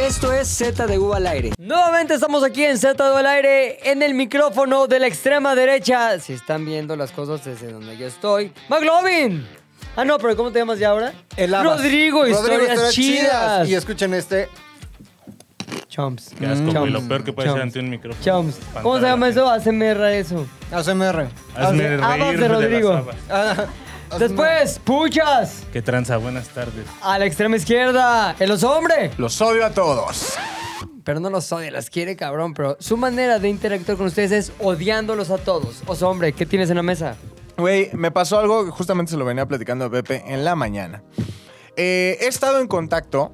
Esto es Z de U al aire. Nuevamente estamos aquí en Z del aire, en el micrófono de la extrema derecha. Si están viendo las cosas desde donde yo estoy. ¡McLovin! Ah, no, pero ¿cómo te llamas ya ahora? El Abas. Rodrigo, historias, chidas. Y escuchen este. Chomps. Qué asco, Chomps. güey. Lo peor que puede ser Chomps. ante un micrófono. Chomps. ¿Cómo se llama eso? ASMR eso. ASMR. Hazme Hazme reír habas de de las Rodrigo. habas. Ah, Después, puchas. Qué tranza, buenas tardes. A la extrema izquierda, el oso hombre. Los odio a todos. Pero no los odia, las quiere cabrón, pero su manera de interactuar con ustedes es odiándolos a todos. Oso hombre, ¿qué tienes en la mesa? Güey, me pasó algo que justamente se lo venía platicando a Pepe en la mañana. Eh, he estado en contacto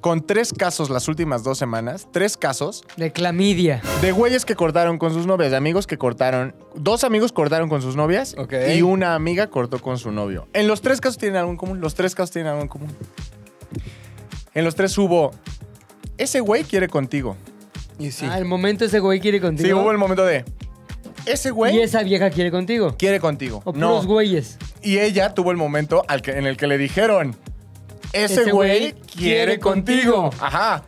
con tres casos las últimas dos semanas, tres casos De clamidia. de güeyes que cortaron con sus novias, de amigos que cortaron, dos amigos cortaron con sus novias Ok. y una amiga cortó con su novio. En los tres casos tienen algo en común, los tres casos tienen algo en común. En los tres hubo, ese güey quiere contigo. Y sí. Ah, el momento ese güey quiere contigo. Sí, hubo el momento de, ese güey Y esa vieja quiere contigo. quiere contigo. O no, puros güeyes. Y ella tuvo el momento al que- en el que le dijeron, ese Ese güey güey quiere quiere contigo". contigo. Ajá.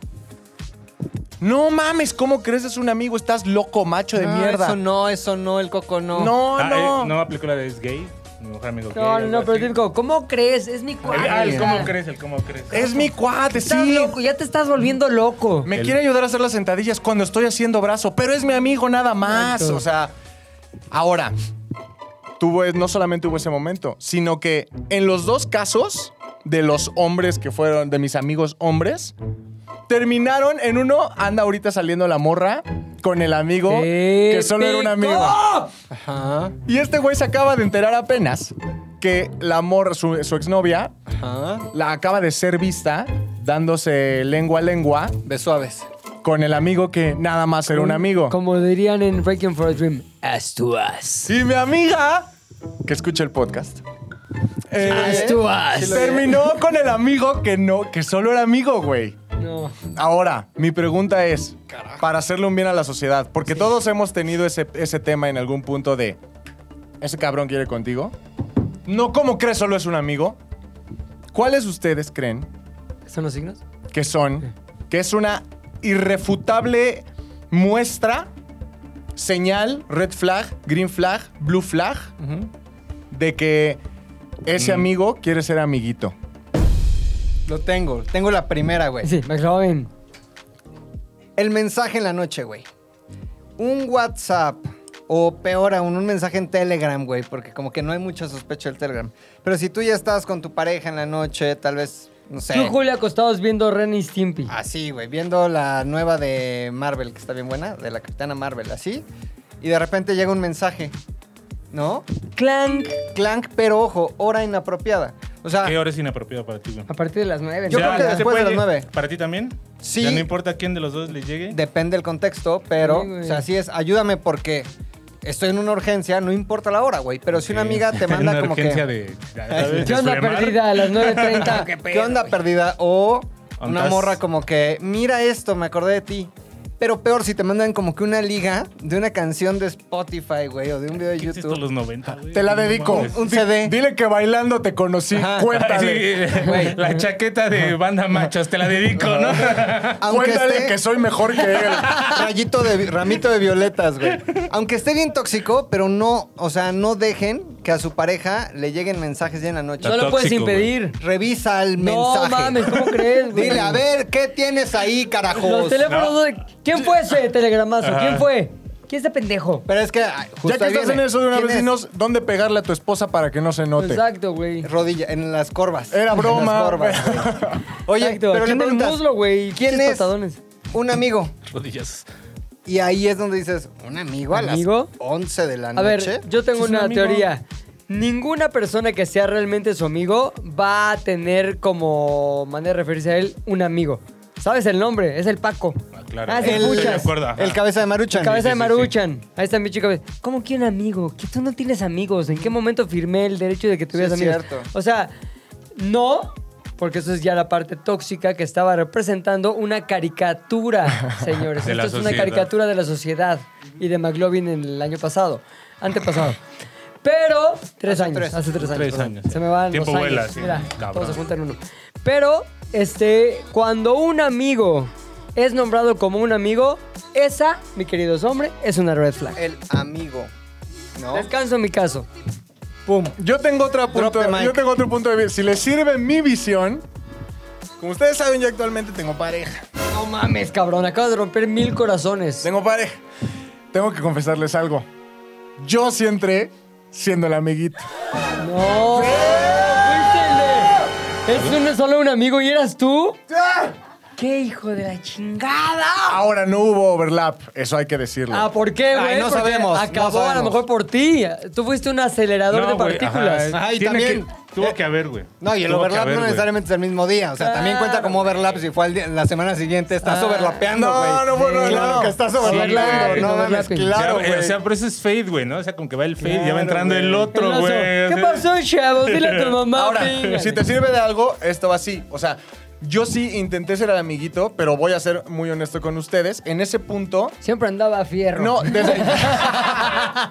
No mames, ¿cómo crees es un amigo? Estás loco, macho de No, mierda. Eso no, eso no, el coco no. no, Ah, no. eh, no aplicó la de es gay. Mi mejor amigo gay. Oh, No, no, algo no, pero así. típico, ¿cómo crees? Es mi cuate. El- ah, el cómo crees, el cómo crees. Es mi cuate, Estás sí. loco, ya te estás volviendo loco. Me El- quiere ayudar a hacer las sentadillas cuando estoy haciendo brazo, pero es mi amigo nada más. Exacto. O sea, ahora, tuvo, no solamente hubo ese momento, sino que en los dos casos de los hombres que fueron, de mis amigos hombres, terminaron en uno, anda ahorita saliendo la morra con el amigo que solo era un Típico. amigo. Ajá, Y este güey se acaba de enterar apenas que la morra, su, su exnovia, ajá. la acaba de ser vista dándose lengua a lengua De suaves. con el amigo que nada más era un amigo. Como dirían en Breaking for a Dream, as to us. Y mi amiga, que escucha el podcast, eh, As to Sí us. lo terminó con el amigo que no, que solo era amigo, güey. No. Ahora, mi pregunta es, para hacerle un bien a la sociedad, porque todos hemos tenido ese, ese tema en algún punto de, ¿ese cabrón quiere contigo? No, ¿cómo crees solo es un amigo? ¿Cuáles ustedes creen ¿Son los signos? que son, que es una irrefutable muestra, señal, red flag, green flag, blue flag, de que ese Mm. amigo quiere ser amiguito. Lo tengo, tengo la primera, güey. Sí, McLovin. El mensaje en la noche, güey. Un WhatsApp. O peor aún, un mensaje en Telegram, güey. Porque como que no hay mucho sospecho del Telegram. Pero si tú ya estás con tu pareja en la noche, tal vez, no sé. Tú, Julio, acostados viendo Ren y Stimpy. Así, güey, viendo la nueva de Marvel, que está bien buena, de la Capitana Marvel, así. Y de repente llega un mensaje, ¿no? Clank. Clank, pero ojo, hora inapropiada. O sea, ¿Qué hora es inapropiada para ti, güey? A partir de las 9. Yo creo que ¿ya se después de puede? las nueve. ¿Para ti también? Sí. Ya no importa quién de los dos le llegue. depende del contexto, pero, Sí, güey. o sea, así es, ayúdame porque estoy en una urgencia, no importa la hora, güey. Pero si una Sí. amiga te manda Una como que. urgencia de. ya sabes, ¿Qué onda desfremar. perdida a las 9.30? "Ah, ¿Qué, onda, perdida? O una Ondas. morra como que, mira esto, me acordé de ti. Pero peor, si te mandan como que una liga de una canción de Spotify, güey, o de un video de ¿Qué hiciste YouTube. los 90, güey? Te la No dedico. mames. Un CD. Dile que bailando te conocí, Ajá. cuéntale. Sí, Güey. la chaqueta de banda machos, te la dedico, ¿no? Aunque cuéntale esté- que soy mejor que él. Rayito de vi- ramito de violetas, güey. Aunque esté bien tóxico, pero no, o sea, no dejen que a su pareja le lleguen mensajes ya en la noche. No lo puedes tóxico, impedir. Revisa el No mensaje. mames, ¿cómo crees, güey? Dile, a ver, ¿qué tienes ahí, Los carajos? teléfonos. de- ¿Quién fue ese telegramazo? ¿Quién fue? ¿Quién es ese pendejo? Pero es que ay, Ya justo que ahí estás en viene. eso de una ¿Quién vez, es? dinos dónde pegarle a tu esposa para que no se note. Exacto, güey. rodilla, en las corvas. Era En las broma. corvas, güey. Oye, Exacto, pero aquí en le el preguntas, muslo, güey, ¿Quién pinches es? patadones. Un amigo. Rodillas. Y ahí es donde dices, ¿un amigo a ¿Amigo? las 11 de la A noche? ver, yo tengo Sí, es un una amigo. teoría. Ninguna persona que sea realmente su amigo va a tener como manera de referirse a él un amigo. ¿Sabes el nombre? Es el Paco. Ah, claro. Ah, es el El- Estoy de Puchas. acuerdo. Ajá. El cabeza de Maruchan. Cabeza de sí, sí. Maruchan. Ahí está mi chica. ¿Cómo que un amigo? Que tú no tienes amigos. ¿En qué momento firmé el derecho de que tuvieras es amigos? cierto. O sea, no, porque eso es ya la parte tóxica que estaba representando una caricatura, señores. De la Esto es una sociedad. caricatura de la sociedad y de McLovin en el año pasado, antepasado. Pero, tres años, tres. hace tres años. Tres perdón. años, sí. Se me van Tiempo los años. vuela, sí, Mira, cabrón. todos se juntan en uno. Pero, este, cuando un amigo es nombrado como un amigo, esa, mi querido hombre, es una red flag. El amigo. ¿No? Descanso en mi caso. Pum. Yo tengo, otra Drop punto, the mic. yo tengo otro punto de vista. Si les sirve mi visión, como ustedes saben, yo actualmente tengo pareja. No mames, cabrón, acabas de romper mil corazones. Tengo pareja. Tengo que confesarles algo. Yo sí entré siendo el amiguito. No. fuiste el de- Es un- solo un amigo y eras tú. ¡Qué hijo de la chingada! Ahora no hubo overlap, eso hay que decirlo. Ah, ¿por qué, güey? Ay, no Porque sabemos, no Acabó a lo sabemos. mejor por ti. Tú fuiste un acelerador de güey, ajá, partículas. Ajá, y tiene también- eh, que- tuvo que haber, güey. No, y el Tuvo que overlap haber, no güey. necesariamente es el mismo día. O sea, también cuenta como overlap si fue al día- la semana siguiente. Estás Ah. overlapeando, güey. no, no, bueno, Sí, claro no. que estás Sí, overlappando. güey, no mames, overlapping. claro, Ya, eh, güey. O sea, pero ese es fade, güey, ¿no? O sea, como que va el fade y ya Claro, va entrando güey. el El otro, oso. güey. ¿Qué pasó, chavos? Dile a tu mamá. Ahora, venga. si te sirve de algo, esto va así. O sea, yo sí intenté ser el amiguito, pero voy a ser muy honesto con ustedes. En ese punto, Siempre andaba a fierro. no, desde,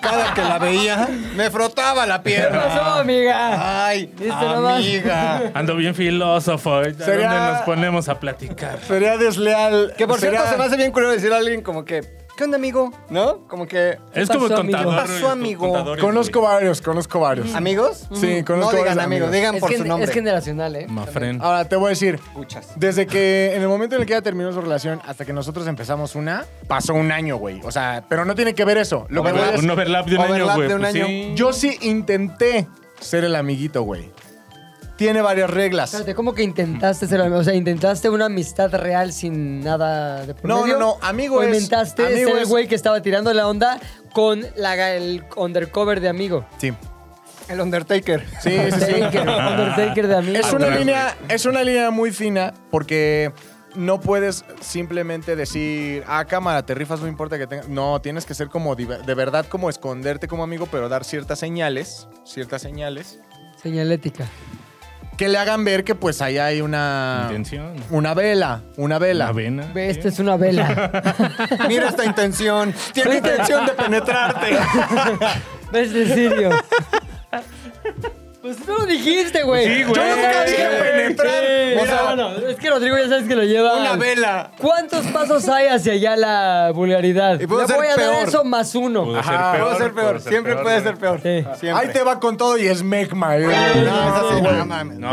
Cada que la veía, me frotaba la ¿Qué pasó, Ah. pierna. amiga? Ay, ¿Viste nomás? amiga. Ando bien filósofo. ¿eh? ¿A Sería- dónde nos ponemos a platicar? sería desleal. Que por sería- cierto, se me hace bien curioso decir a alguien como que, ¿qué onda, amigo? ¿No? Como que, Es como pasó, amigo? contador. ¿Qué pasó, güey, con amigo? contadores, Conozco güey. varios, conozco varios. ¿amigos? Sí, No conozco varios digan amigos, digan Es, por gen- su nombre. es generacional, ¿eh? Mafren. Ahora te voy a decir, Escuchas. desde que en el momento en el que ella terminó su relación hasta que nosotros empezamos una, pasó un año, güey. O sea, pero no tiene que ver eso. Lo que voy Overlap, es- un overlap de un Overlap año, güey. de un pues año. sí. Yo sí intenté ser el amiguito, güey. Tiene varias reglas. Espérate, ¿cómo que intentaste ser amigo? O sea, ¿intentaste una amistad real sin nada de por No, medio? no, no, amigo ¿O es- intentaste amigo ser el es- güey que estaba tirando la onda con la, ga- el undercover de amigo? Sí. El Undertaker. Sí, sí, sí. Undertaker, Undertaker de amigo. Es una Atrás, línea, es una línea muy fina porque no puedes simplemente decir, ah, cámara, te rifas, no importa que tengas. No, tienes que ser como diver- de verdad como esconderte como amigo, pero dar ciertas señales, ciertas señales Señalética. que le hagan ver que pues ahí hay una Intención. una vela, una vela. La vena. Ve, este Esta es una vela. Mira esta intención. Tiene Pues, intención de penetrarte. ¿Ves, Cecilio? este Pues tú lo dijiste, güey. Sí, güey. Yo nunca dije penetrar. O sea, bueno, es que Rodrigo ya sabes que lo lleva. Una vela. ¿Cuántos pasos hay hacia allá la vulgaridad? Y puedo Le ser voy a dar peor. eso más uno. Pudo ser Ajá, peor, Puede ser pudo peor. Siempre puede ser peor. Sí. Ah. Siempre. Ah, Ahí te va con todo y es Megma. eh. No, es así, no mames. No,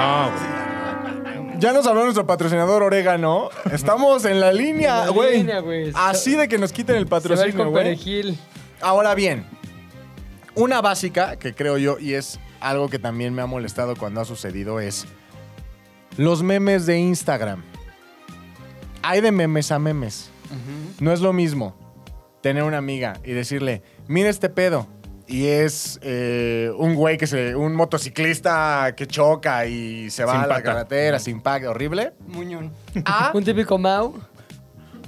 Ya nos habló nuestro patrocinador Orégano. Estamos en la En línea, la güey. línea, güey. Así de que nos quiten el Se va a ir patrocinio, con güey. perejil. Ahora bien, una básica que creo yo y es algo que también me ha molestado cuando ha sucedido es los memes de Instagram. Hay de memes a memes. No es lo mismo tener una amiga y decirle, mira este pedo. Y es eh, un güey que se. un motociclista que choca y se va Sin a la pata. carretera sin paga, horrible. Muñón. A Un típico Mau.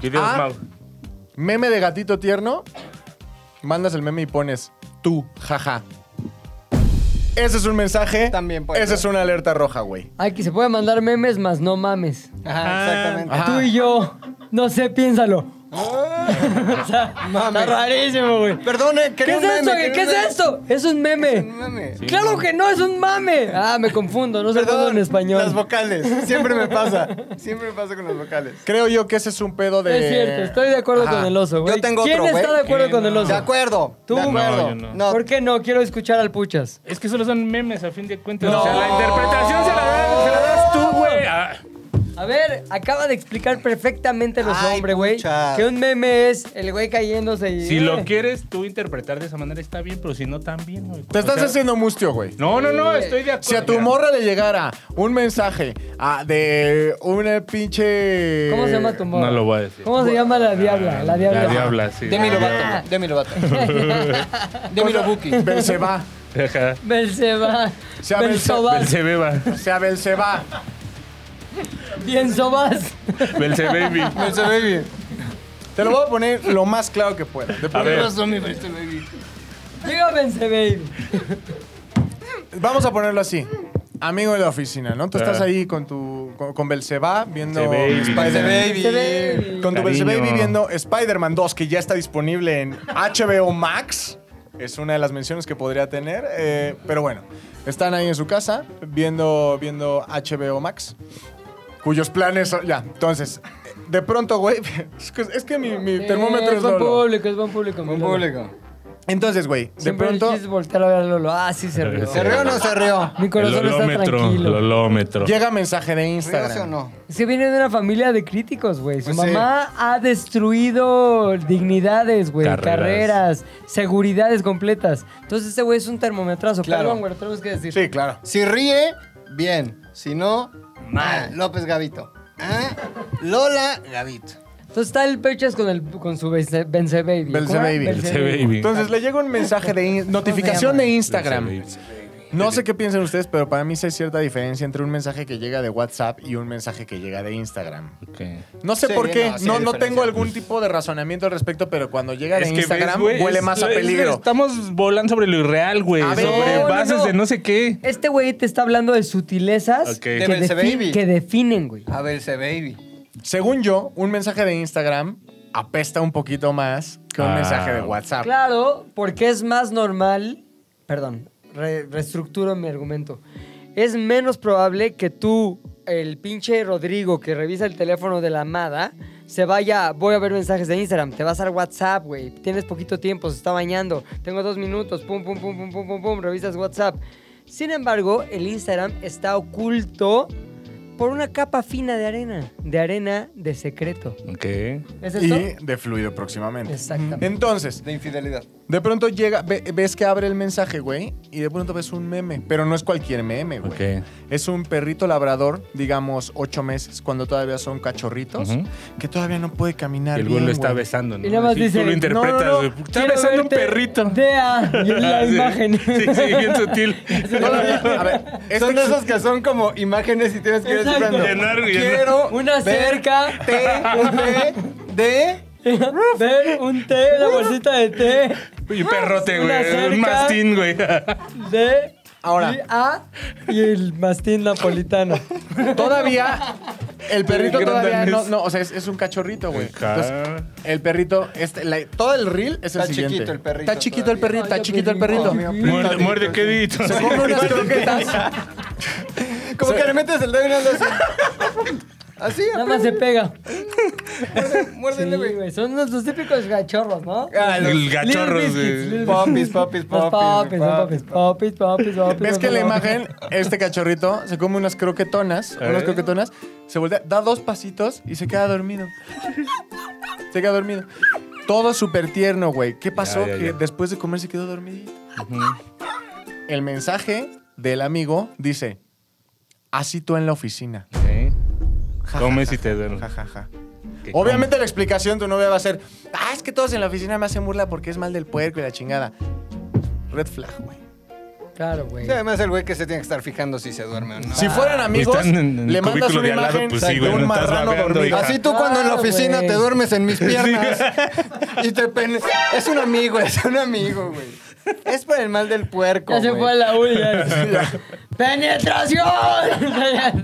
videos Ah. mal. Meme de gatito tierno. Mandas el meme y pones tú, jaja. Ese es un mensaje. También puede Esa ser. es una alerta roja, güey. Ay, que se puede mandar memes, más no mames. Ajá, Ah. exactamente. Ajá. Tú y yo. No sé, piénsalo. Ah. o sea, Mames. está rarísimo, güey. Perdone, ¿Qué quería es un esto? meme, güey? ¿Qué quería es un meme. esto? Es un meme. Un meme. Claro que no, es un mame. Ah, me confundo, no sé todo en Las español. vocales. Siempre me pasa. Siempre me pasa con las vocales. Creo yo que ese es un pedo de. Es cierto, estoy de acuerdo Ajá. con el oso, güey. Yo tengo ¿Quién otro, está güey. de acuerdo Que con el no. De oso? acuerdo. Tú. De No, acuerdo. yo no. ¿Por qué no? Quiero escuchar al Puchas. Es que solo son memes, a fin de cuentas. No. O sea, la interpretación se la, da- se la das tú, güey. Ah, A ver, acaba de explicar perfectamente los Ay, hombres, güey. Puchas. Que un meme es el güey cayéndose y. eh, Si lo quieres tú interpretar de esa manera, está bien, pero si no, también, güey. Te estás O sea, haciendo mustio, güey. No, no, no, estoy de acuerdo. Si a tu Mira, morra le llegara un mensaje ah, de una pinche. ¿Cómo se llama tu morra? No lo voy a decir. Ah, ¿Cómo se llama la diabla? La diabla. La diabla, sí. Demi Ah. La Lovato. Demi Lovato. Demi Lobuki. Ve, se va. Ajá. Belceba. Se llama Belzobas. Belcebeba. Se va, se va. Bien sobas. Belcebaby. Dulce Baby. Te lo voy a poner lo más claro que pueda. De- A ver, Llega Belcebaby. Vamos a ponerlo así. Amigo de la oficina, ¿no? Tú Ah. estás ahí con tu. con, con Belcebá viendo Belcebaby. Spider-Man. Dulce Baby. Belcebaby. Con tu Cariño. Belzebub viendo Spider-Man 2, que ya está disponible en HBO Max. Es una de las menciones que podría tener. eh, pero bueno, están ahí en su casa viendo, viendo HBO Max, cuyos planes son. Ya, entonces, eh, de pronto, güey, es que, es que mi, Eh, mi termómetro es buen Lolo. público, es buen público. mi Un Lolo. público. Entonces, güey, de Siempre pronto quise voltear a ver a Lolo. Ah, sí se rió. ¿Se rió o no se rió? Mi corazón está tranquilo. Lolómetro. llega mensaje de ¿Rióse o Instagram. no? Es que viene de una familia de críticos, güey. Su Pues sí. mamá ha destruido dignidades, güey. Carreras. Carreras. seguridades completas. Entonces ese güey es un termometrazo. Claro. Perdón, güey, lo tenemos que decir. Sí, claro. Si ríe, bien. Si no, mal. López Gavito. Ah, Lola Gavito. Entonces está el Pechas con, el, con su Benze Benze Baby. ¿Cómo Benze era? Baby. Benze Baby. Entonces le llega un mensaje de in- notificación de Instagram. No sé qué piensan ustedes, pero para mí sí hay cierta diferencia entre un mensaje que llega de WhatsApp y un mensaje que llega de Instagram. Ok. No sé Sí, por qué, no, sí hay no, no, diferencia. tengo algún tipo de razonamiento al respecto, pero cuando llega de Es que ves, Instagram güey, huele es- más a es- peligro. estamos volando sobre lo irreal, güey. A ver, Sobre no, no, bases no. de no sé qué. Este güey te está hablando de sutilezas Ok. que, De Benze defi- Baby. que definen, güey. A ver, ese baby. Según yo, un mensaje de Instagram apesta un poquito más que un Ah. mensaje de WhatsApp. Claro, porque es más normal. Perdón, re- reestructuro mi argumento. Es menos probable que tú, el pinche Rodrigo que revisa el teléfono de la amada, se vaya, voy a ver mensajes de Instagram, te vas al WhatsApp, güey. Tienes poquito tiempo, se está bañando, tengo dos minutos, pum, pum, pum, pum, pum, pum, pum, revisas WhatsApp. Sin embargo, el Instagram está oculto por una capa fina de arena, de arena de secreto. Ok. ¿Es esto? Y de fluido próximamente. Exactamente. Entonces, De infidelidad. de pronto llega, ve- ves que abre el mensaje, güey, y de pronto ves un meme. Pero no es cualquier meme, güey. Ok. Es un perrito labrador, digamos, ocho meses, cuando todavía son cachorritos, Ujú. que todavía no puede caminar. El güey lo bien, está güey. besando, ¿no? Y nada más Así dice. Tú lo interpretas, "No, no, no, güey. está quiero besando un verte perrito. de a- y en la Ah, sí. imagen. Sí, sí, bien sutil. A ver, este Son de esas que son como imágenes y tienes que ir Exacto. descifrando. Llenar, llenar. Quiero Una cerca. T, un P, D. Ver un té, una bolsita de té. Y perrote, Una güey. cerca. Un mastín, güey. De. Ahora. Y A. Y el mastín napolitano. Todavía. El perrito El gran todavía no, danés. no, o sea, es, es un cachorrito, güey. Ajá. Entonces, el perrito, este, la- todo el reel es el Está siguiente. chiquito el perrito Está chiquito el todavía. perrito, Ay, está yo chiquito el perrito. perrito. Muerde, muerde, qué dito. Se come unas croquetas. Como que le metes el dedo y no lo haces. Así, Nada más se pega. muerde- Sí, muérdele, güey. güey. Son los, los típicos gachorros, ¿no? Ah, los El Little gachorros, Biscuits, güey. Little Popis, Biscuits. Los popis, popis, popis, los popis, popis, popis, popis, popis. ¿Ves que en los la popis. imagen, este cachorrito se come unas croquetonas, ¿Eh? unas croquetonas, se voltea, da dos pasitos y se queda dormido. se queda dormido. Todo súper tierno, güey. ¿Qué pasó? ya, que ya. después de comer se quedó dormidito. El mensaje del amigo dice, así tú en la oficina. Ok. Comes y te Ja, duermes. ja, ja. Que Obviamente la explicación de tu novia va a ser, ah, es que todos en la oficina me hacen burla porque es mal del puerco y la chingada. Red flag, güey. Claro, güey. Sí, además el güey que se tiene que estar fijando si se duerme o no. Si fueran amigos, Están en- en le mandas cubículo una de al lado, imagen pues sí, de güey, un no estás marrano babeando, dormido. hija. Así tú cuando en la Claro, oficina Ah, güey. te duermes en mis piernas y te pen... Es un amigo, es un amigo, güey. Es por el mal del puerco, Ya se güey. fue a la uni. ya. ¡Penetración!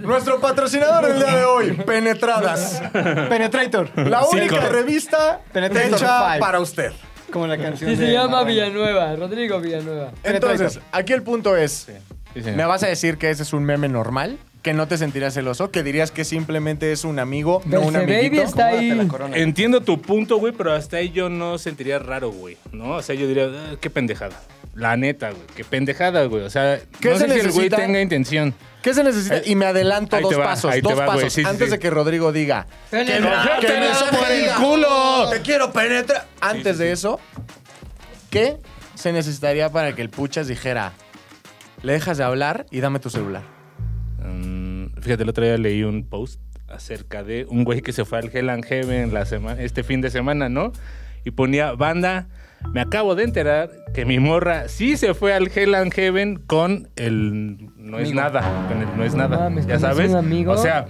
Nuestro patrocinador del día de hoy, Penetradas. Penetrator. La Sí, única correcto. revista Penetrator hecha Five. para usted. Como la canción Y de se llama Marrano. Villanueva, Rodrigo Villanueva. Penetrator. Entonces, aquí el punto es, Sí, señor. ¿me vas a decir que ese es un meme normal? ¿Que no te sentirás celoso? ¿Que dirías que simplemente es un amigo, no un Ese baby amiguito? está ahí. Acomódate la corona. Entiendo tu punto, güey, pero hasta ahí yo no sentiría raro, güey. ¿No? O sea, yo diría, "Ah, qué pendejada. La neta, güey. Qué pendejada, güey. O sea, ¿Qué no se sé si el güey necesita? tenga intención. ¿Qué se necesita? Y me adelanto Ahí te dos va, pasos, ahí te dos va, güey. pasos, Sí, sí, antes sí. de que Rodrigo diga Penetra- no- Penetra- mensaje por el diga, culo. ¡Te quiero penetrar! Antes de eso, ¿qué se necesitaría para que el puchas dijera le dejas de hablar y dame tu celular? Mm, fíjate, el otro día leí un post acerca de un güey que se fue al Hell and Heaven la semana, este fin de semana, ¿no? Y ponía, banda, me acabo de enterar que mi morra sí se fue al Hell and Heaven con el no es Amigo. nada, con el no es nada, mames, ya ¿conoces sabes. un amigo? O sea,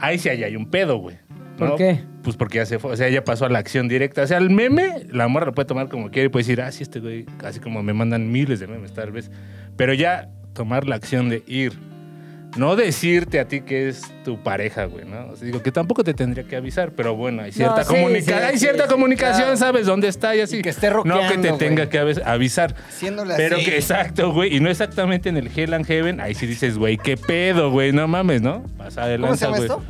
ahí sí hay, hay un pedo, güey. ¿Por ¿no? qué? Pues porque ya se fue, o sea, ya pasó a la acción directa. O sea, el meme, la morra lo puede tomar como quiere y puede decir, ah, sí, este güey, así como me mandan miles de memes tal vez. Pero ya tomar la acción de ir, no decirte a ti que es tu pareja, güey, ¿no? O sea, digo que tampoco te tendría que avisar, pero bueno, hay cierta, sí, comunica- sí, hay sí, cierta sí, comunicación, claro. sabes dónde está y así. Y que esté roqueando, No que te güey. Pues tenga que avis- avisar. Haciéndole Pero así. que exacto, güey. Y no exactamente en el Hell and Heaven. Ahí sí dices, güey, qué pedo, güey. No mames, ¿no? Pasa adelante, llama güey. esto?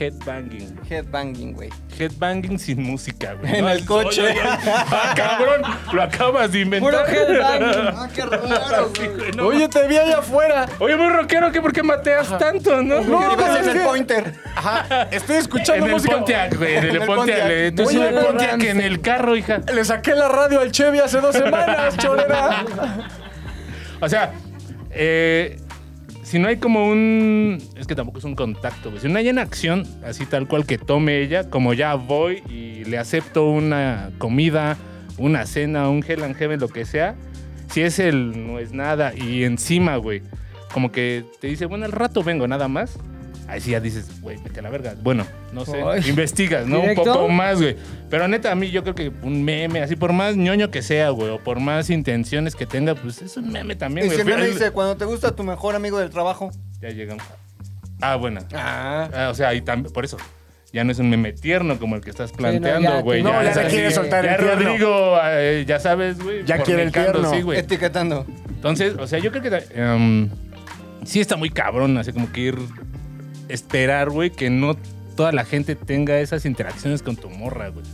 headbanging. Headbanging, güey. Headbanging sin música, güey. En el es- coche. oye, oye, ah, cabrón, lo acabas de inventar. Puro headbanging. Ah, qué raro, Sí, güey, no. Oye, te vi allá afuera. Oye, muy rockero, ¿qué por qué mateas tanto, no? No, Iba a ser pero es el que- pointer. Ajá, estoy En escuchando el música. Pontiac, güey. En el Pontiac. le- Tú Oye, sí en el no, Pontiac en el carro, hija. Le saqué la radio al Chevy hace dos semanas, chorera. O sea, eh, si no hay como un. Es que tampoco es un contacto, güey. Si no hay una acción así tal cual que tome ella, como ya voy y le acepto una comida, una cena, un gel and heaven, lo que sea. Si es el no es nada y encima, güey, como que te dice, bueno, al rato vengo nada más. Ahí sí ya dices, güey, vete a la verga. Bueno, no sé, Ay. investigas, ¿no? ¿Directo? Un poco más, güey. Pero neta, a mí yo creo que un meme, así por más ñoño que sea, güey, o por más intenciones que tenga, pues es un meme también, Y güey. si no Fíjate- le dice, cuando te gusta tu mejor amigo del trabajo. Ya llegamos. Ah, buena. Ah. Ah, o sea, ahí también, por eso. Ya no es un meme tierno como el que estás no, ya- planteando, güey. no, ya es se así. quiere soltar ya el tierno. Rodrigo, eh, ya sabes, güey. Ya quiere el fornicando, tierno. Sí, güey. Etiquetando. Entonces, o sea, yo creo que em, sí está muy cabrón, así como que ir esperar, güey, que no toda la gente tenga esas interacciones con tu morra, güey.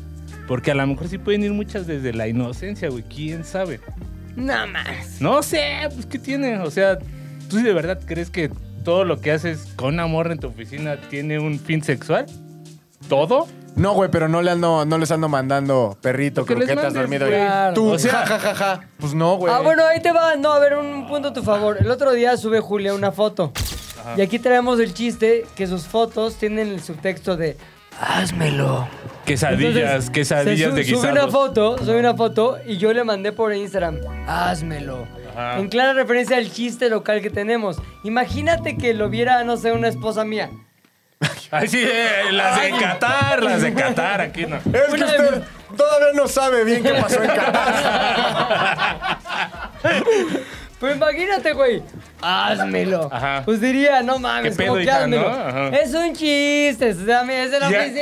Porque a lo mejor sí pueden ir muchas desde la inocencia, güey. ¿Quién sabe? Nada más. No sé, pues qué tiene. O sea, ¿tú sí de verdad crees que todo lo que haces con una morra en tu oficina tiene un fin sexual? ¿Todo? No, güey, pero no, le ando, no les ando mandando perrito, Lo que les croquetas mandes, dormido. güey. y Tú, O sea- ja, ja, ja, ja. Pues no, güey. Ah, bueno, ahí te va. No, a ver, un punto a tu favor. El otro día sube Julia una foto. Y aquí traemos el chiste que sus fotos tienen el subtexto de házmelo. Quesadillas, Entonces, quesadillas se su- de guisados. Sube una foto, sube una foto y yo le mandé por Instagram, házmelo. Ajá. En clara referencia al chiste local que tenemos. Imagínate que lo viera, no sé, una esposa mía. Ay, sí, eh, las de Qatar, las de Qatar, aquí no. Es que Una de usted todavía no sabe bien qué pasó en Qatar. Pues imagínate, güey. Házmelo. Ajá. Pues diría, no mames, ¿Qué pedo, como que hija, házmelo. no? Ajá. Es un chiste, o sea, es de la Y a- oficina.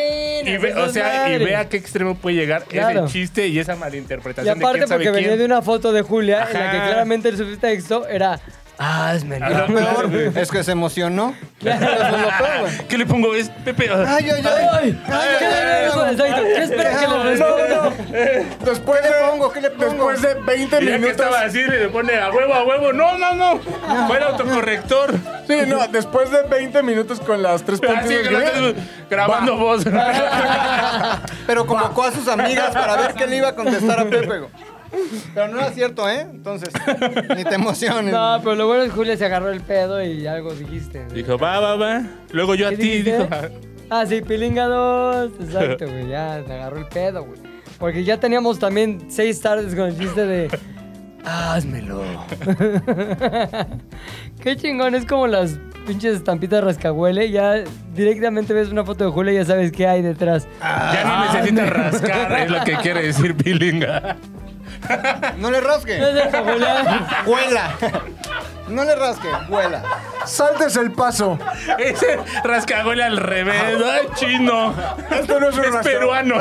y ve- es o sea, y desmadre. ve a qué extremo puede llegar Claro. ese chiste y esa Y malinterpretación aparte de quién sabe porque venía quién. de una foto de Julia en la que Ajá. claramente el subtexto era Ah, házmelo. no, claro, güey. Es que se emocionó. ¿Qué le pongo? Es Pepe. Ay, ay, ay. ¡Ay! Ay, ¿Qué ay, le- exacto, ¿qué espera que le responda? No, no. Después de, pongo? ¿Qué le pongo? Después de 20 Y ya que minutos. estaba así, le pone a huevo, a huevo. No, no, no. Fue el autocorrector. Sí, no, después de 20 minutos con las tres puntitas. Así que lo güey. estoy grabando voz. Ah. Pero convocó a sus amigas para ver qué le iba a contestar a Pepe. güey. Pero no era cierto, ¿eh? Entonces, ni te emociones. No, pero lo bueno es que Julia se agarró el pedo y algo dijiste. Dijo, va, va, va. Luego yo a ¿Qué ti. Dijo, dijiste? Ah, sí, Pilinga 2. Exacto, güey. Ya se agarró el pedo, güey. Porque ya teníamos también seis tardes con el chiste de. Házmelo. Qué chingón, es como las pinches estampitas rascahuele. Ya directamente ves una foto de Julia y ya sabes qué hay detrás. ya Ah, no necesitas rascar, es lo que quiere decir Pilinga. No le No es rasque. eso, Julia. Vuela. No le rasque. Vuela. Saltes el paso. Ese rascahuele al revés. Ay, chino. Esto no es un Es rasca- peruano.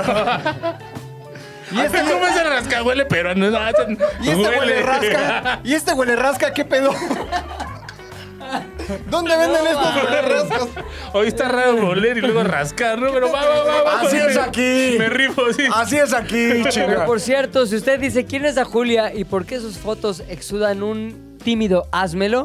¿Y este cómo es el rascahuele peruano? No, este ¿Y este huele, rasca? ¿Y este huele rasca? ¿Qué pedo? ¿Dónde venden estos huele rascas? Hoy está raro volver y luego rascar, ¿no? Pero va, va, va. va, Así me- es aquí. Ah, Me rifo, sí. Así es aquí, Pero chinga. por cierto, si usted dice quién es a Julia y por qué sus fotos exudan un tímido házmelo,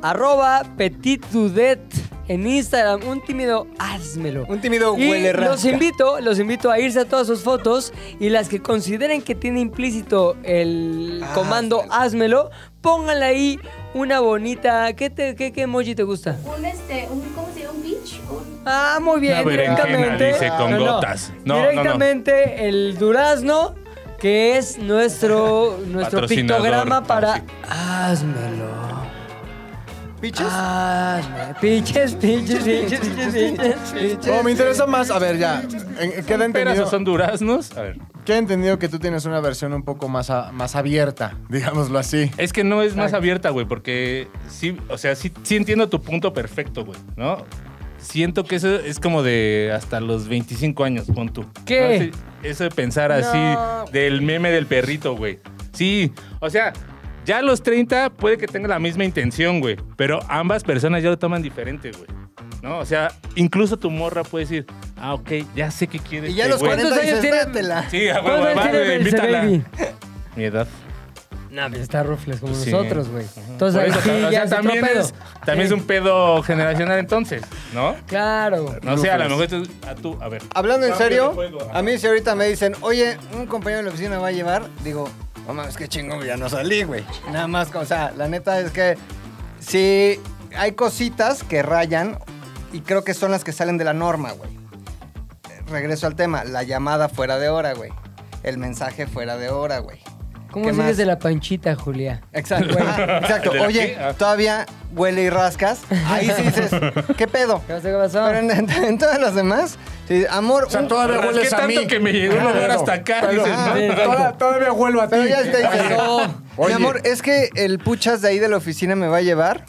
arroba petit dudet en Instagram, un tímido házmelo. Un tímido Y huele rasca. los invito, los invito a irse a todas sus fotos y las que consideren que tiene implícito el Ah, comando házmelo, pónganle ahí una bonita. ¿Qué, te- qué, qué emoji te gusta? un este, un, ¿cómo se llama? Un beach, un Ah, muy bien. Una berenjena, directamente. dice, con gotas. No, no, no. directamente el durazno, que es nuestro, nuestro Patrocinador, Ah, pictograma para. sí. Házmelo. ¿Piches? Ah. Hazme. Pinches, pinches, pinches, pinches, pinches. No, me interesa más. A ver, ya. ¿En- ¿Peras Queda entendido, o son duraznos? A ver. queda entendido que tú tienes una versión un poco más, a- más abierta, digámoslo así. Es que no es más abierta, güey, porque sí, o sea, sí, sí entiendo tu punto perfecto, güey, ¿no? Siento que eso es como de hasta los 25 años, pon tú. ¿Qué? No, sí, Eso de pensar No. así del meme del perrito, güey. Sí, o sea, ya a los 30 puede que tenga la misma intención, güey, pero ambas personas ya lo toman diferente, güey. ¿no? O sea, incluso tu morra puede decir, ah, ok, ya sé que quieres. Y ya a los güey". 40 ¿Cuántos dices, años tiene? "Dátela". Sí, a huevo, ¿Cuántos años va, tiene güey, Belce invítala. Baby? Mi edad. No, pues está rufles como Sí. nosotros, güey. Ajá. Entonces Por ahí eso, sí, o sea, ya es otro también, pedo. es, también es un pedo generacional entonces, ¿no? Claro. No sé, a lo mejor tú, a tú, a ver. Hablando en Cambio de serio, juego, ajá. a mí si ahorita me dicen, oye, un compañero de la oficina va a llevar, digo, no mames, qué chingón, ya no salí, güey. Nada más, o sea, la neta es que sí hay cositas que rayan y creo que son las que salen de la norma, güey. Eh, Regreso al tema, la llamada fuera de hora, güey. El mensaje fuera de hora, güey. ¿Cómo ¿Qué sigues más? de la panchita, Julia? Exacto, güey. Exacto. ¿De la Oye, qué? Ah. todavía huele y rascas. Ahí sí dices, ¿qué pedo? ¿Qué pasó? ¿Qué pasó? Pero en, en- en todas las demás, sí, amor, O sea, un- todavía Rasqué hueles a mí. tanto que me llegó el olor hasta acá, Pero- ah, dices, ¿no? Toda- Todavía, huelo a ti. Pero ya te dices, no. Mi Oye. amor, es que el puchas de ahí de la oficina me va a llevar.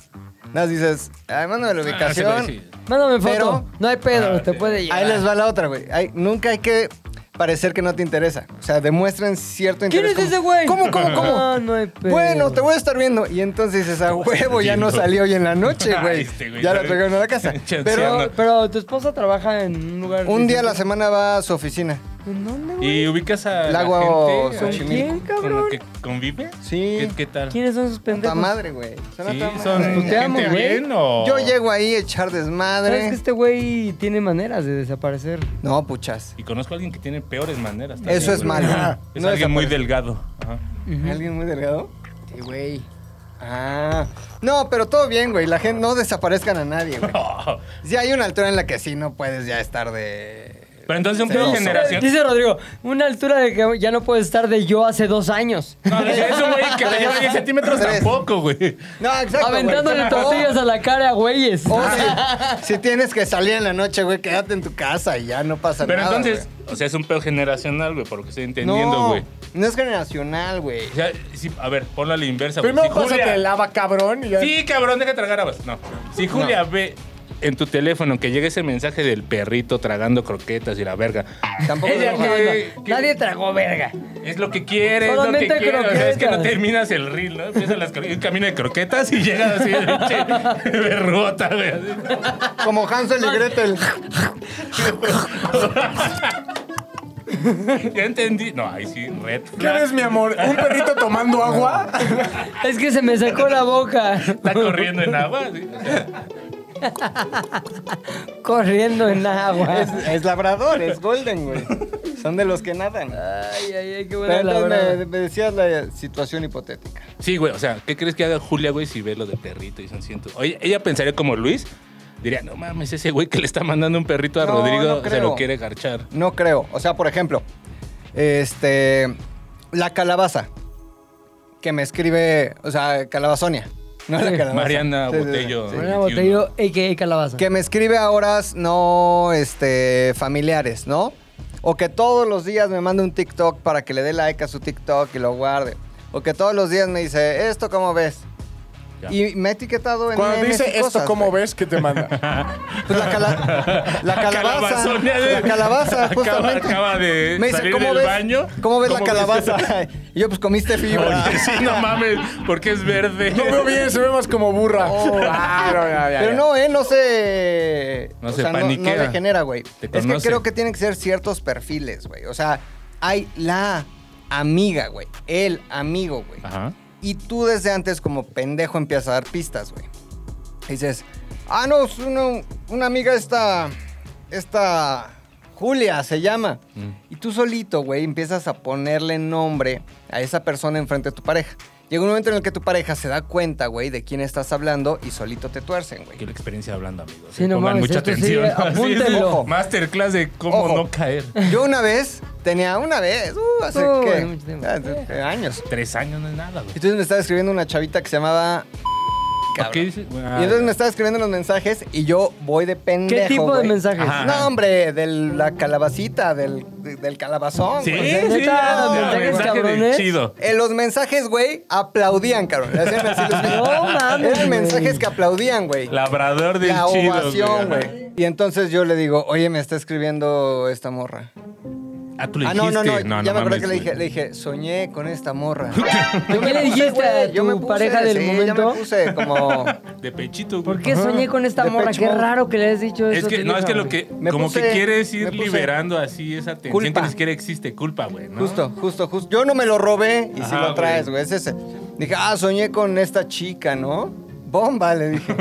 Nos dices, ay, mándame la Ah, ubicación. ese güey sí. Mándame foto. Pero- no hay pedo, Ah, te sí. puede llevar. ahí les va la otra, güey. Ay, Nunca hay que parecer que no te interesa. O sea, demuestren cierto ¿Quién interés. es como, ese güey? Ah, ¿Cómo, cómo, cómo? No, no hay pedo. Bueno, te voy a estar viendo. Y entonces dices, a huevo, ya no viendo. salió hoy en la noche, Ay, güey. este güey, ya lo ¿sabes? trajeron a la casa. Chanceando. Pero Pero, pero tu esposa trabaja en un lugar... un día a la distinto. semana va a su oficina. ¿En dónde, güey? ¿Y ubicas a la Lago gente ¿Con Xochimilco. quién, con la cabrón? que convive? Sí. ¿Qué, qué tal? ¿Quiénes son esos Puta pendejos? madre, güey. Son Sí, a toda ¿Son madre. gente Te amo, güey. bien o...? Yo llego ahí a echar ¿Sabes desmadre. que este güey tiene maneras de desaparecer? No, puchas. Y conozco a alguien que tiene peores maneras. Eso es güey. malo. Es No alguien muy desaparece. delgado. Ajá. ¿Alguien muy delgado? Sí, güey. Ah. No, pero todo bien, güey. La gente no desaparezcan a nadie, güey. Si hay una altura en la que sí no puedes ya estar de. Pero entonces un pedo Celoso. generación. Dice Rodrigo, una altura de que ya no puedes estar de yo hace dos años. No, es un güey que tenía 10 centímetros Tres. tampoco, güey. No, exacto. güey. Aventándole tortillas a la cara, güeyes. O si, si tienes que salir en la noche, güey, quédate en tu casa y ya no pasa Pero nada. entonces, güey. o sea, es un pedo generacional, güey, por lo que estoy no, entendiendo, güey. No es generacional, güey. O sea, sí, a ver, ponlo a la inversa, güey. Primero Si pásate Julia- el lava, cabrón. Y ya. Sí, cabrón, deja de tragar habas. No. Si Julia ve en tu teléfono que llega ese mensaje del perrito tragando croquetas y la verga. Tampoco Ella es que, que Nadie tragó verga. es lo que quiere, es lo que Solamente quiere. O sea, es que no croquetas. terminas el reel, ¿no? Empiezas las croquetas, camino de croquetas y llegas así, che, berrota, güey. Como Hansel y Gretel. Ya entendí. No, ahí sí, red. ¿Qué flag. ves, mi amor? ¿Un perrito tomando agua? Es que se me sacó la boca. Está corriendo en agua. sí. O sea, Corriendo en agua. Es, es labrador, es golden, güey. Son de los que nadan. Ay, ay, ay, qué Pero buena entonces la me, me decías la situación hipotética. Sí, güey, o sea, ¿qué crees que haga Julia, güey, si ve lo de perrito y son cientos? Oye, ella pensaría como Luis, diría, no mames, ese güey que le está mandando un perrito a No, Rodrigo no se lo creo. quiere garchar. No creo. O sea, por ejemplo, este. La calabaza. Que me escribe. O sea, calabazonia. No la calabaza. Mariana Sí, sí, sí. Botello. Mariana Botello, a.k.a. Calabaza. Que me escribe a horas no este, familiares, ¿no? O que todos los días me manda un TikTok para que le dé like a su TikTok y lo guarde. O que todos los días me dice, ¿esto cómo ves? Ya. Y me ha etiquetado en Cuando memes dice y esto, cosas, ¿cómo güey. ves que te manda? Pues la, cala- la calabaza. Calabazonia de- La calabaza, Acaba- justamente. acaba de Me dice, salir ¿cómo del ves, baño? ¿Cómo ves la ¿Cómo ves calabaza? y yo, pues comiste fibra. Oye, sí, no mames, porque es verde. No veo bien, se ve más como burra. Claro, ya, ya, Oh, Pero ya. no, ¿eh? No se... No o se sea, paniquea. No, degenera, güey. Te Es que conoce. creo que tienen que ser ciertos perfiles, güey. O sea, hay la amiga, güey. El amigo, güey. Ajá. Y tú desde antes, como pendejo, empiezas a dar pistas, güey. Dices, ah, no, es una, una amiga esta. Esta. Julia se llama. Mm. Y tú solito, güey, empiezas a ponerle nombre a esa persona enfrente de tu pareja. Llega un momento en el que tu pareja se da cuenta, güey, de quién estás hablando y solito te tuercen, güey. Aquí la experiencia hablando, amigos. eh, Sí, no Pongan mames, mucha esto sí, atención. eh, apúntenlo. Ojo. Masterclass de cómo Ojo. no caer. Yo una vez, tenía una vez, uh, hace Uh, ¿qué? mucho tiempo. Hace años. Tres años no es nada, güey. Entonces me estaba escribiendo una chavita que se llamaba. ¿Por qué dices? Ah, Y entonces me estaba escribiendo los mensajes y yo voy de pendejo. ¿Qué tipo güey. de mensajes? Ajá. No, hombre, de la calabacita, del, del calabazón. Sí, güey. sí, Neta, no, mensajes mensaje de cabrones. chido. Eh, los mensajes, güey, aplaudían, cabrón. Le hacían así los- No mames, Eran güey. mensajes que aplaudían, güey. Labrador del La chido. ovación, güey. Y entonces yo le digo, oye, me está escribiendo esta morra. Ah, tú le ah, dijiste. no, no, no, ya me acuerdo mames, que le dije, güey. le dije, soñé con esta morra. ¿Qué le dijiste a tu pareja del sí, Yo momento? me puse como... De pechito, güey. ¿Por qué soñé con esta De morra? pecho. Qué raro que le has dicho Es eso. que, no, es que lo que, Me como puse- que quieres ir me puse- liberando así esa tensión Culpa. que ni siquiera existe, culpa, güey, ¿no? Justo, justo, justo. Yo no me lo robé y si Ajá, lo traes, güey. güey. Es ese. Dije, ah, soñé con esta chica, ¿no? Bomba, le dije.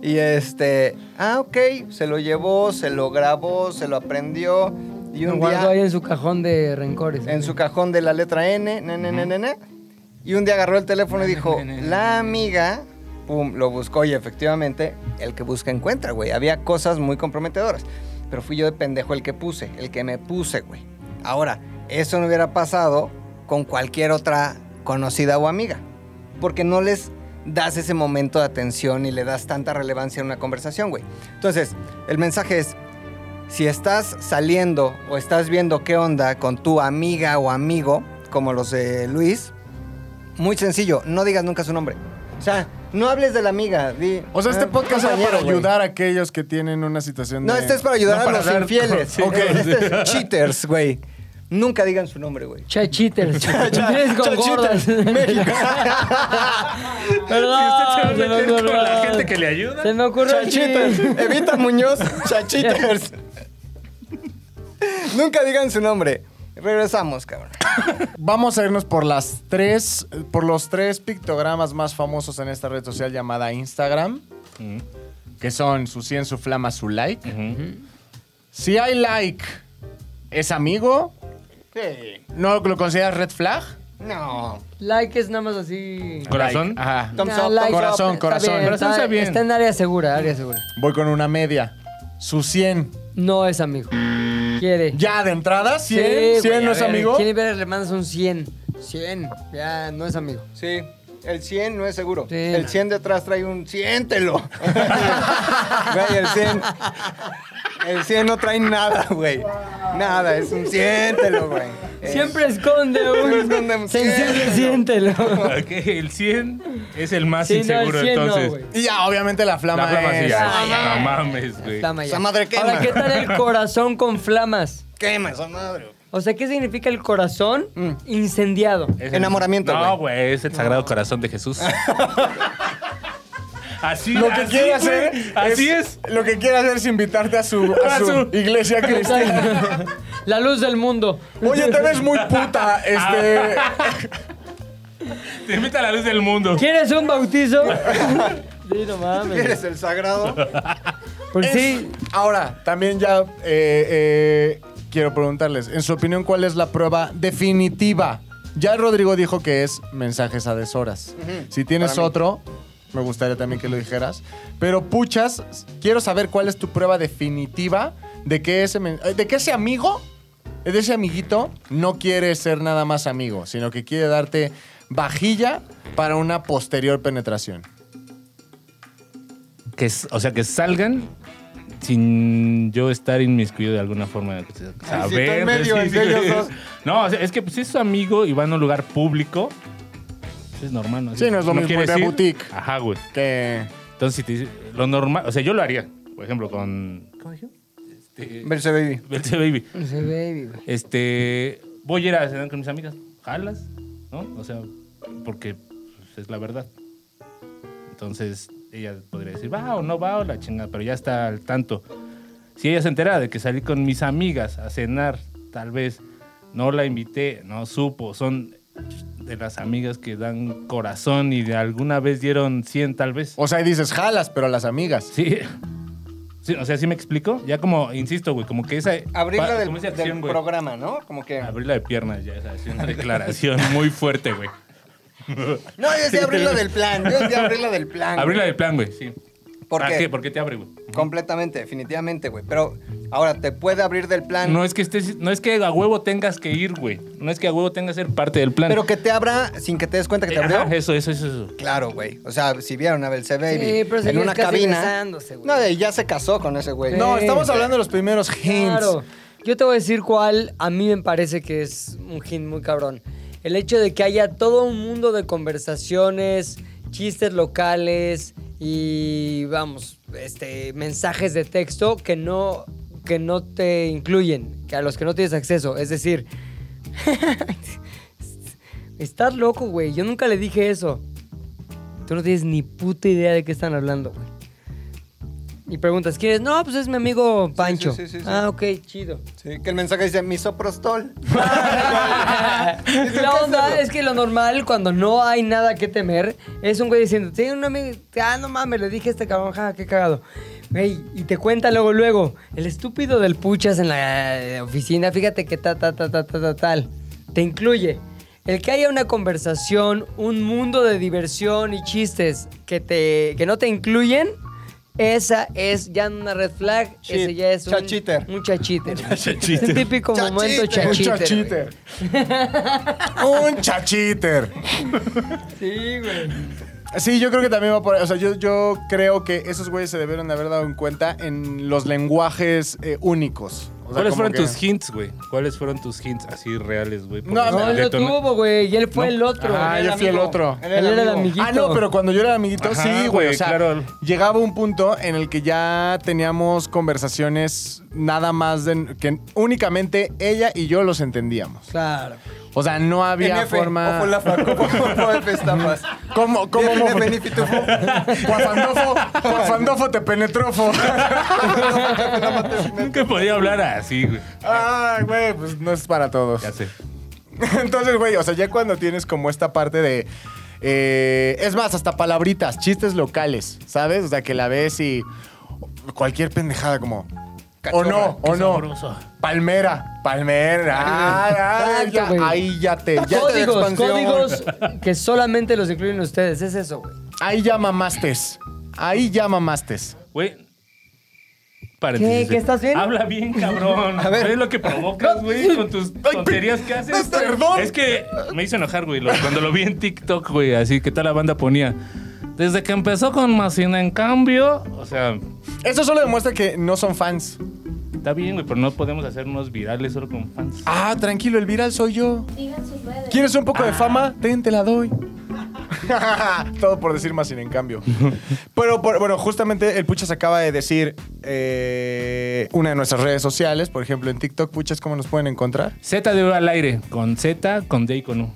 y este, ah, ok. Se lo llevó, se lo grabó, se lo aprendió. Y Lo un guardó ahí día, en su cajón de rencores. en su cajón de la letra N, ne, ne, ne, ne, ne. Y un día agarró el teléfono y dijo, la amiga, pum, lo buscó y efectivamente, el que busca encuentra, güey. Había cosas muy comprometedoras. Pero fui yo de pendejo el que puse, el que me puse, güey. Ahora, eso no hubiera pasado con cualquier otra conocida o amiga. Porque no les das ese momento de atención y le das tanta relevancia a una conversación, güey. Entonces, el mensaje es, si estás saliendo o estás viendo qué onda con tu amiga o amigo, como los de Luis, muy sencillo, no digas nunca su nombre. O sea, no hables de la amiga. di, O sea, "Ah, este podcast era compañero, para güey". ayudar a aquellos que tienen una situación No, de... este es para ayudar No, a para los dar- infieles. Sí. Ok. Este es cheaters, güey. Nunca digan su nombre, güey. Che cheaters. Tienes con gordas. México. Perdón, Si usted se va a se me meter con ocurrió. la gente que le ayuda. Se me ocurrió aquí. Chachitas. Evita Muñoz, chachitas. Nunca digan su nombre. Regresamos, cabrón. Vamos a irnos por las tres, por los tres pictogramas más famosos en esta red social llamada Instagram, Mm, que son su 100, su flama, su like. ujú. Si hay like, ¿es amigo? ¿No lo consideras red flag? No. Like es nada más así. ¿Corazón? Like, Ajá. Thumbs Nah, up, like corazón, está corazón. bien, Corazón está bien. Está en área segura, área segura. Voy con una media. Su 100. No es amigo. Quiere. Ya de entrada, 100. Sí, 100 güey, no a es ver, amigo. ¿Quién Iberes le mandas un 100? 100. Ya, no es amigo. Sí. El 100 no es seguro. Sí. El 100 detrás trae un siéntelo. Güey, el 100. El 100 no trae nada, güey. Nada, es un siéntelo, güey. Es- Siempre esconde un. Siempre esconde un Sensible, siéntelo. Ok, el 100 es el más Sí, no, el inseguro, 100 no, entonces. güey. Y ya, obviamente la flama, la flama sí es- ya. Ah, ya. No mames, güey. Flama ya. Esa madre quema. Ahora, ¿qué tal el corazón con flamas? Quema esa madre. güey. O sea, ¿qué significa el corazón Mm. incendiado? Es el- Enamoramiento, No, güey, es el sagrado corazón de Jesús. así Lo que así, quiere güey, hacer. Así es. Lo que quiere hacer es invitarte a su, a A su su- iglesia cristiana. La luz del mundo. Oye, te ves muy puta. Este. Ah. Te invita a la luz del mundo. ¿Quieres un bautizo? sí, no mames. ¿Quieres el sagrado? Pues es- sí, Ahora, también ya eh, eh, quiero preguntarles: en su opinión, ¿cuál es la prueba definitiva? Ya Rodrigo dijo que es mensajes a deshoras. Si tienes otro, me gustaría también que lo dijeras. Pero puchas, quiero saber cuál es tu prueba definitiva de que ese, men- eh, de que ese amigo, de ese amiguito, no quiere ser nada más amigo, sino que quiere darte vajilla para una posterior penetración. Que, s- o sea, que salgan sin yo estar inmiscuido de alguna forma. o sea, Ay, si está en medio, pues, entre güey. ellos dos. No, o sea, es que pues, si es su amigo y va a un lugar público, pues, es normal. Sí, no es lo mismo quieres ir a ir. boutique. Ajá, güey. Que. Entonces, si te dice, lo normal, o sea, yo lo haría, por ejemplo, con... ¿Cómo dije? Este, Verse baby. Vente, baby. ese baby, güey. Este, voy a ir a cenar con mis amigas. Jalas, ¿no? O sea, porque pues, es la verdad. Entonces, ella podría decir, va o no va o la chingada, pero ya está al tanto. Si ella se entera de que salí con mis amigas a cenar, tal vez no la invité, no supo, son de las amigas que dan corazón y de alguna vez dieron 100 tal vez. O sea, ahí dices jalas, pero a las amigas. Sí. Sí, o sea, ¿sí me explico? Ya como, insisto, güey, como que esa... Abrirla pa- del, como esa del acción, güey. Ah, programa, ¿no? Como que. Abrirla de piernas ya, esa es una declaración muy fuerte, güey. No, yo sí abrirla del plan. Yo sí abrirla del plan. güey. Abrirla de plan, güey, sí. ¿Por ¿Para qué? qué? ¿Por qué te abre, güey? Completamente, definitivamente, güey. Pero ahora te puede abrir del plan. No es que estés, no es que a huevo tengas que ir, güey. No es que a huevo tengas que ser parte del plan. Pero que te abra sin que te des cuenta que te Eh, abrió. ajá, eso, eso, eso, eso. Claro, güey. O sea, si vieron a Belce Baby Sí, pero en seguías una casi cabina. besándose, güey. No, y ya se casó con ese güey. No, Sí. estamos hablando de los primeros hints. Claro. Yo te voy a decir cuál a mí me parece que es un hint muy cabrón. El hecho de que haya todo un mundo de conversaciones, chistes locales y vamos, este mensajes de texto que no que no te incluyen, que a los que no tienes acceso. Es decir, estás loco, güey. Yo nunca le dije eso. Tú no tienes ni puta idea de qué están hablando, güey. Y preguntas, ¿quién es? No, pues es mi amigo Pancho. sí, sí, sí. Ah, ok, chido. Sí, que el mensaje dice misoprostol. La onda es que lo normal, cuando no hay nada que temer, es un güey diciendo, tiene un amigo, ah, no mames, le dije a este cabrón, ja, qué cagado. Güey, y te cuenta luego, luego, el estúpido del puchas en la eh, oficina, fíjate que ta, ta, ta, ta, ta, ta, tal, te incluye. El que haya una conversación, un mundo de diversión y chistes que, te, que no te incluyen, esa es ya una red flag, Cheat. ese ya es un... Chachiter. Un chachiter. Es un típico Chachiter. momento Un Un chachiter. güey. chachiter. Un chachiter. Sí, güey. Sí, yo creo que también va por ahí. O sea, yo, yo creo que esos güeyes se debieron de haber dado en cuenta en los lenguajes eh, únicos. O sea, ¿Cuáles como fueron que- tus hints, güey? ¿cuáles fueron tus hints así reales, güey? No, Porque No, él lo detonó- tuvo, güey. Y él fue No. el otro. Ah, Él yo era fui el amigo. otro. Él era el amiguito. Ah, no, pero cuando yo era amiguito, Ajá, sí, güey. güey, o sea, claro. llegaba un punto en el que ya teníamos conversaciones nada más de, que únicamente ella y yo los entendíamos. Claro. O sea, no había NF, forma. Ojo la faco, ojo F estampas. ¿Cómo, cómo, Bien, cómo? Benefitufo. Cuafandofo, cuafandofo te penetrofo. Nunca podía hablar así, güey. Ah, güey, pues no es para todos. Ya sé. Entonces, güey, o sea, ya cuando tienes como esta parte de. eh, es más, hasta palabritas, chistes locales, ¿sabes? O sea, que la ves y. Cualquier pendejada como. Cachorra, o no, o no. Palmera, palmera. Ah, ah, Exacto, ya- güey. ahí ya te. ya te- Códigos, expansión. códigos que solamente los incluyen ustedes. Es eso, güey. ahí ya mamastes. Ahí ya mamastes. Güey. paréntesis. eh. ¿Qué? ¿Qué estás viendo? Habla bien, cabrón. A ver. Es lo que provocas, güey, con tus tonterías que haces. perdón. Es que me hizo enojar, güey, lo- cuando lo vi en TikTok, güey, así que tal la banda ponía. Desde que empezó con Macina, en cambio, o sea, Eso solo demuestra que no son fans. está bien, güey, pero no podemos hacernos virales solo con fans. Ah, tranquilo, el viral soy yo. Digan sus redes. ¿Quieres un Ah. poco de fama? Ten, te la doy. Todo por decir más sin en cambio. Pero por- bueno, justamente el Puchas acaba de decir eh, una de nuestras redes sociales, por ejemplo en TikTok, Puchas, ¿cómo nos pueden encontrar? Z de Oro al aire, con Z, con D y con U.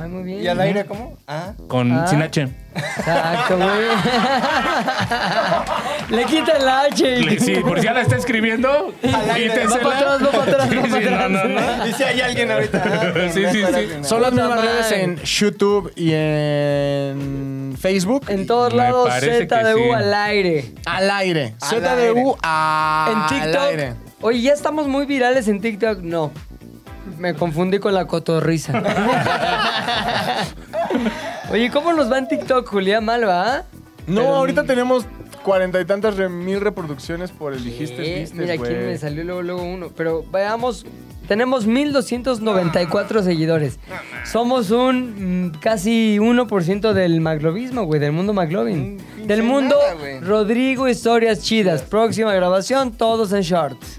Ay, muy bien. ¿Y al aire cómo? Ah. Con Ah. sin H. Exacto, güey. Le quitan la H. y- Le- Sí, por si ya la está escribiendo, quítensela. Va para atrás, va para atrás, Sí, va para sí, no, atrás. no, no. Y si hay alguien ahorita. ah, bien, Sí, sí, mejor sí. alguien. Son las Puta mismas madre. redes en YouTube y en Facebook. En todos Me lados, parece que Z de sí. U al aire. al aire. Al ZDU aire. al En aire. TikTok. Oye, ya estamos muy virales en TikTok. No. Me confundí con la cotorriza. Oye, ¿cómo nos va en TikTok, Julián Malva? No, ahorita tenemos cuarenta y tantas re- mil reproducciones por el dijiste, vistes, Eh, Mira, aquí güey. pues. me salió luego, luego uno. Pero veamos, tenemos 1294 seguidores. Somos un mm, casi 1% del maglobismo, güey, del mundo maglobin. Un pinche Del mundo nada, güey. Rodrigo Historias Chidas. Próxima grabación, todos en shorts.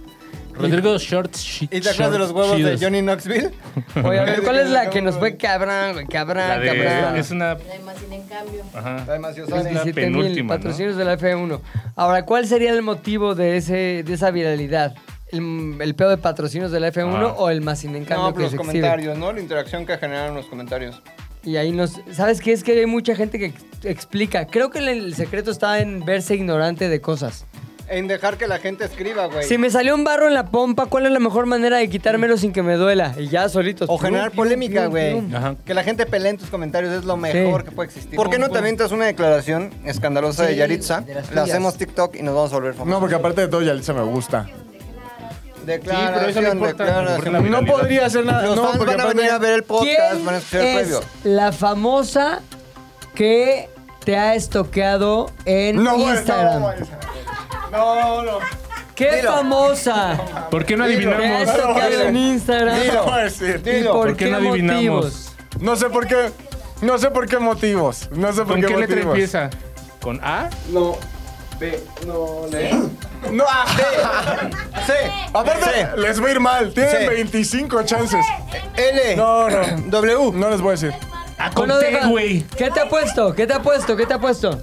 Rodrigo Short Shit. ¿Y te acuerdas de los huevos de Johnny Knoxville? Oye, a ver, ¿cuál es la que nos fue cabrón, güey? La Cabrón, de- cabrón. es una. Además, sin en cambio. Ajá. Además, yo Es soy. la 17,000 penúltima, ¿no? patrocinios de la F1. Ahora, ¿cuál sería el motivo de ese de esa viralidad? ¿El, el pedo de patrocinios de la F1 Ah. o el más sin encanto No, que pero los se exhibe? comentarios, ¿no? La interacción que generaron los comentarios. Y ahí nos. ¿Sabes qué? Es que hay mucha gente que ex- explica. Creo que el, el secreto está en verse ignorante de cosas. En dejar que la gente escriba, güey. Si me salió un barro en la pompa, ¿cuál es la mejor manera de quitármelo sin que me duela? Y ya solitos. O Pium, generar pium, polémica, pium, güey. pium. Ajá. Que la gente pelee en tus comentarios es lo mejor Sí. que puede existir. ¿Por qué no te avientas una declaración escandalosa de Sí, Yaritza? de las la tuyas. hacemos TikTok y nos vamos a volver famosos. No, porque aparte de todo, Yalitza me gusta. Declaración, Sí, pero eso no importa, porque la declaración. No podría hacer nada. Los no, fans porque van a aparte- venir a ver el podcast, ¿Quién van a escuchar el es previo. la famosa que te ha estoqueado en No, güey, Instagram? no, güey. No, no. ¿Qué Dilo. famosa ¿Por qué no te ha adivinamos? Dilo. estoqueado en Instagram? No Dilo. voy a decir. ¿Y Dilo. por, ¿Por qué qué, no adivinamos? motivos? No sé por qué. No sé por qué motivos. No sé por ¿Con qué, qué letra motivos. empieza? ¿Con A? No. B. No. Le. No, ah, C. aparte, C. les va a ir mal. Tienen Sí. 25 chances. L. No, no. W. No les voy a decir. A Bueno, con T, deja- güey. ¿Qué te ha puesto? ¿Qué te ha puesto? ¿Qué te ha puesto?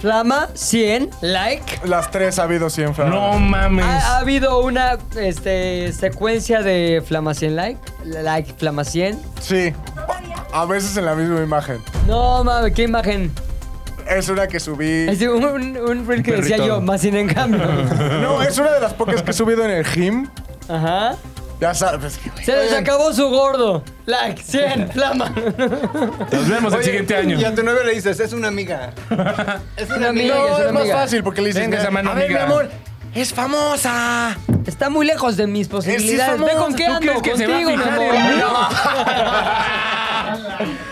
Flama 100, like. Las tres ha habido siempre. No mames. Ha, ha habido una este, secuencia de Flama 100, like. Like, Flama 100. Sí. A veces en la misma imagen. No mames, qué imagen. Es una que subí. Es un, un, un reel que decía yo, más sin en cambio. No, es una de las pocas que he subido en el gym. Ajá. Ya sabes. Se les Oigan, acabó su gordo. Like, 100, flama. Nos vemos el Oye, siguiente año. Y a tu novio le dices, es una amiga. Es una Una amiga. amiga. No, es es más amiga. fácil porque le dices, Venga, esa mano a ver, mi amiga". amor, es famosa. Está muy lejos de mis posibilidades. Ve con qué ¿Tú ando crees que se va a contigo, mi fijar amor. en mí?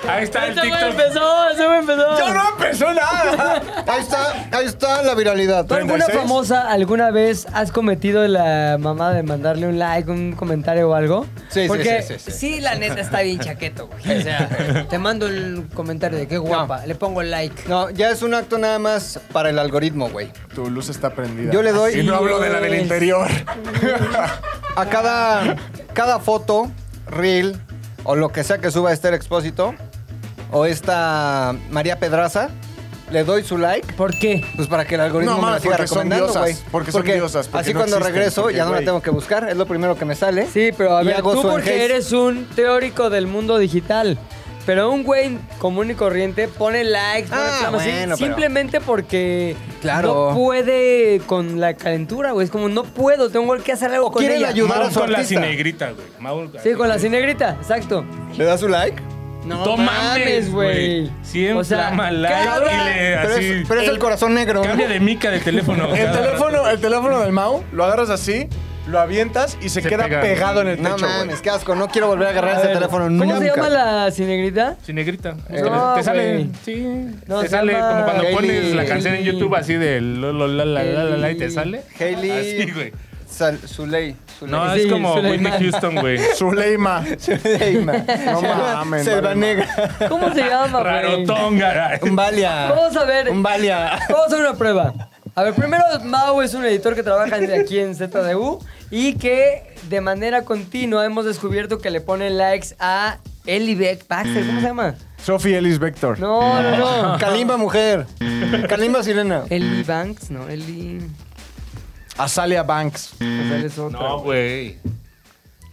Ahí está el Ese güey TikTok. empezó, ese güey empezó. ¡Yo no empezó nada! Ahí está, ahí está la viralidad. ¿Tú alguna 36? famosa alguna vez has cometido la mamá de mandarle un like, un comentario o algo? Sí, sí, Porque sí, sí, sí. la neta está bien chaqueto, güey. O sea, te mando el comentario de qué guapa, le pongo el like. No, ya es un acto nada más para el algoritmo, güey. Tu luz está prendida. Yo le doy- Y no hablo de la del Así es. interior. A cada, cada foto, reel o lo que sea que suba este expósito o esta María Pedraza, le doy su like. ¿Por qué? Pues para que el algoritmo No, me la mames, siga porque son recomendando, diosas, güey. porque son diosas, porque así no cuando existen, regreso porque, ya no la güey. tengo que buscar, es lo primero que me sale. Sí, pero a Y ver, hago tú su porque engage. eres un teórico del mundo digital. Pero un güey común y corriente pone likes, pone Ah, flamas, sí, bueno, pero- simplemente porque Claro. no puede con la calentura, güey. Es como, no puedo, tengo que hacer algo con ¿Quieren ella. ayudar a Maul su con la artista? cinegrita, güey. Maul- Sí, con la cinegrita, exacto. ¿Le das su like? No No mames, güey. Siempre O sea, like y le Pero así. es, pero es el corazón negro. Cambia de mica de teléfono. El cada teléfono, el teléfono del Mau, lo agarras así, lo avientas y se, Se queda pega. pegado en el No techo, güey. mames, qué asco. No quiero volver a agarrar ese teléfono ¿Cómo nunca. se llama la cinegrita? Cinegrita. Eh, te no, sale. güey. Sí. No, te se sale llama- como cuando Hailey- pones la canción en Hailey- YouTube así de lo, lo, la, la, la, la, la, y te sale. Hailey- Así, güey. Sal- Zuley. No, Sí, es como suena Whitney mal. Houston, güey. Zuleima. Zuley, man. No mames, Selva vale, negra. ¿Cómo se llama, güey? Rarotonga. Un Valia. Vamos a ver. Un Valia. Vamos a hacer una prueba. A ver, primero Mau es un editor que trabaja en- aquí en ZDU y que de manera continua hemos descubierto que le pone likes a Eli Beck Baxter, ¿cómo se llama? Sophie Ellis Vector. No, no, no. Kalimba mujer. Kalimba sirena. Eli Banks, no, Eli. Azalia Banks. o sea, es otra. No, güey.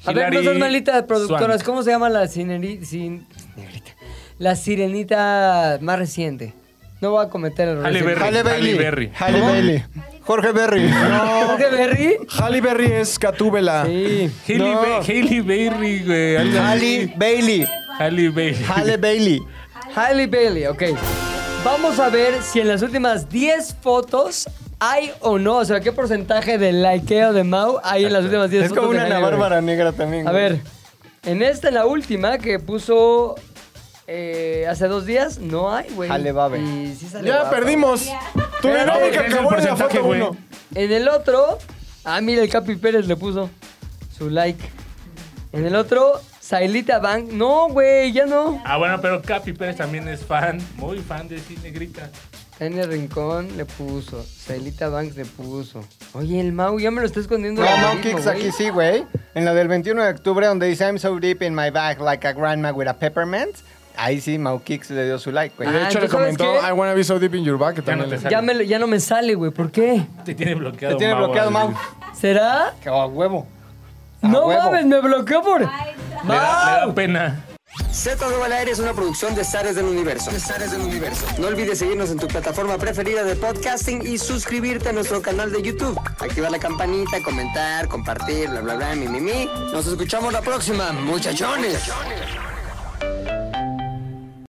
A ver, no Hilary seas malita, productoras. Swank. ¿Cómo se llama la cineri- cin- cinerita? La sirenita más reciente. No voy a cometer el Halle Berry. Halle Bailey. Halle Berry. Halle Bailey. Jorge Berry. No. ¿Jorge Berry? Halle Berry es Catúbela. Sí. Hailey, Ba- Hailey Berry, güey. algo así. Halle Bailey. Hailey Berry. Halle Bailey. Hailey Bailey, ok. Vamos a ver si en las últimas 10 fotos hay o no. O sea, qué porcentaje de likeo de Mau hay en las últimas 10 Es fotos. como de una Ana Hailey Berry. Bárbara negra también. A güey. ver, en esta, la última que puso eh, hace dos días, no hay, güey. Halle Babe. Y sí sale Ya guapa. perdimos. Tú eres No, la única porque es que el acabó en la porcentaje, foto güey. uno. En el otro, ah, mira, el Capi Pérez le puso su like. En el otro, Sailita Bank. No, güey, ya no. Ah, bueno, pero Capi Pérez también es fan, muy fan de Cinegrita. En el rincón le puso. Sailita Banks le puso. Oye, el Mau ya me lo está escondiendo. No, el Mount algoritmo, Kicks güey. aquí sí, güey. En la del 21 de octubre, donde dice I'm so deep in my bag like a grandma with a peppermint. Ahí sí, Mau Kicks le dio su like, güey. Ah, Pues, De hecho, le ¿tú sabes comentó qué? I wanna be so deep in your back. que Ya no también te le- sale. Ya, me, lo- ya no me sale, güey. ¿Por qué? Te tiene bloqueado. Te tiene Mau, bloqueado, así. Mau. ¿Será? Que a huevo. A no huevo. mames, me bloqueó por. Le da, le da pena. Z de al aire es una producción de Zares del Universo. De Zares del Universo. No olvides seguirnos en tu plataforma preferida de podcasting y suscribirte a nuestro canal de YouTube. Activar la campanita, comentar, compartir, bla, bla, bla, mi, mi, mi. Nos escuchamos la próxima, muchachones.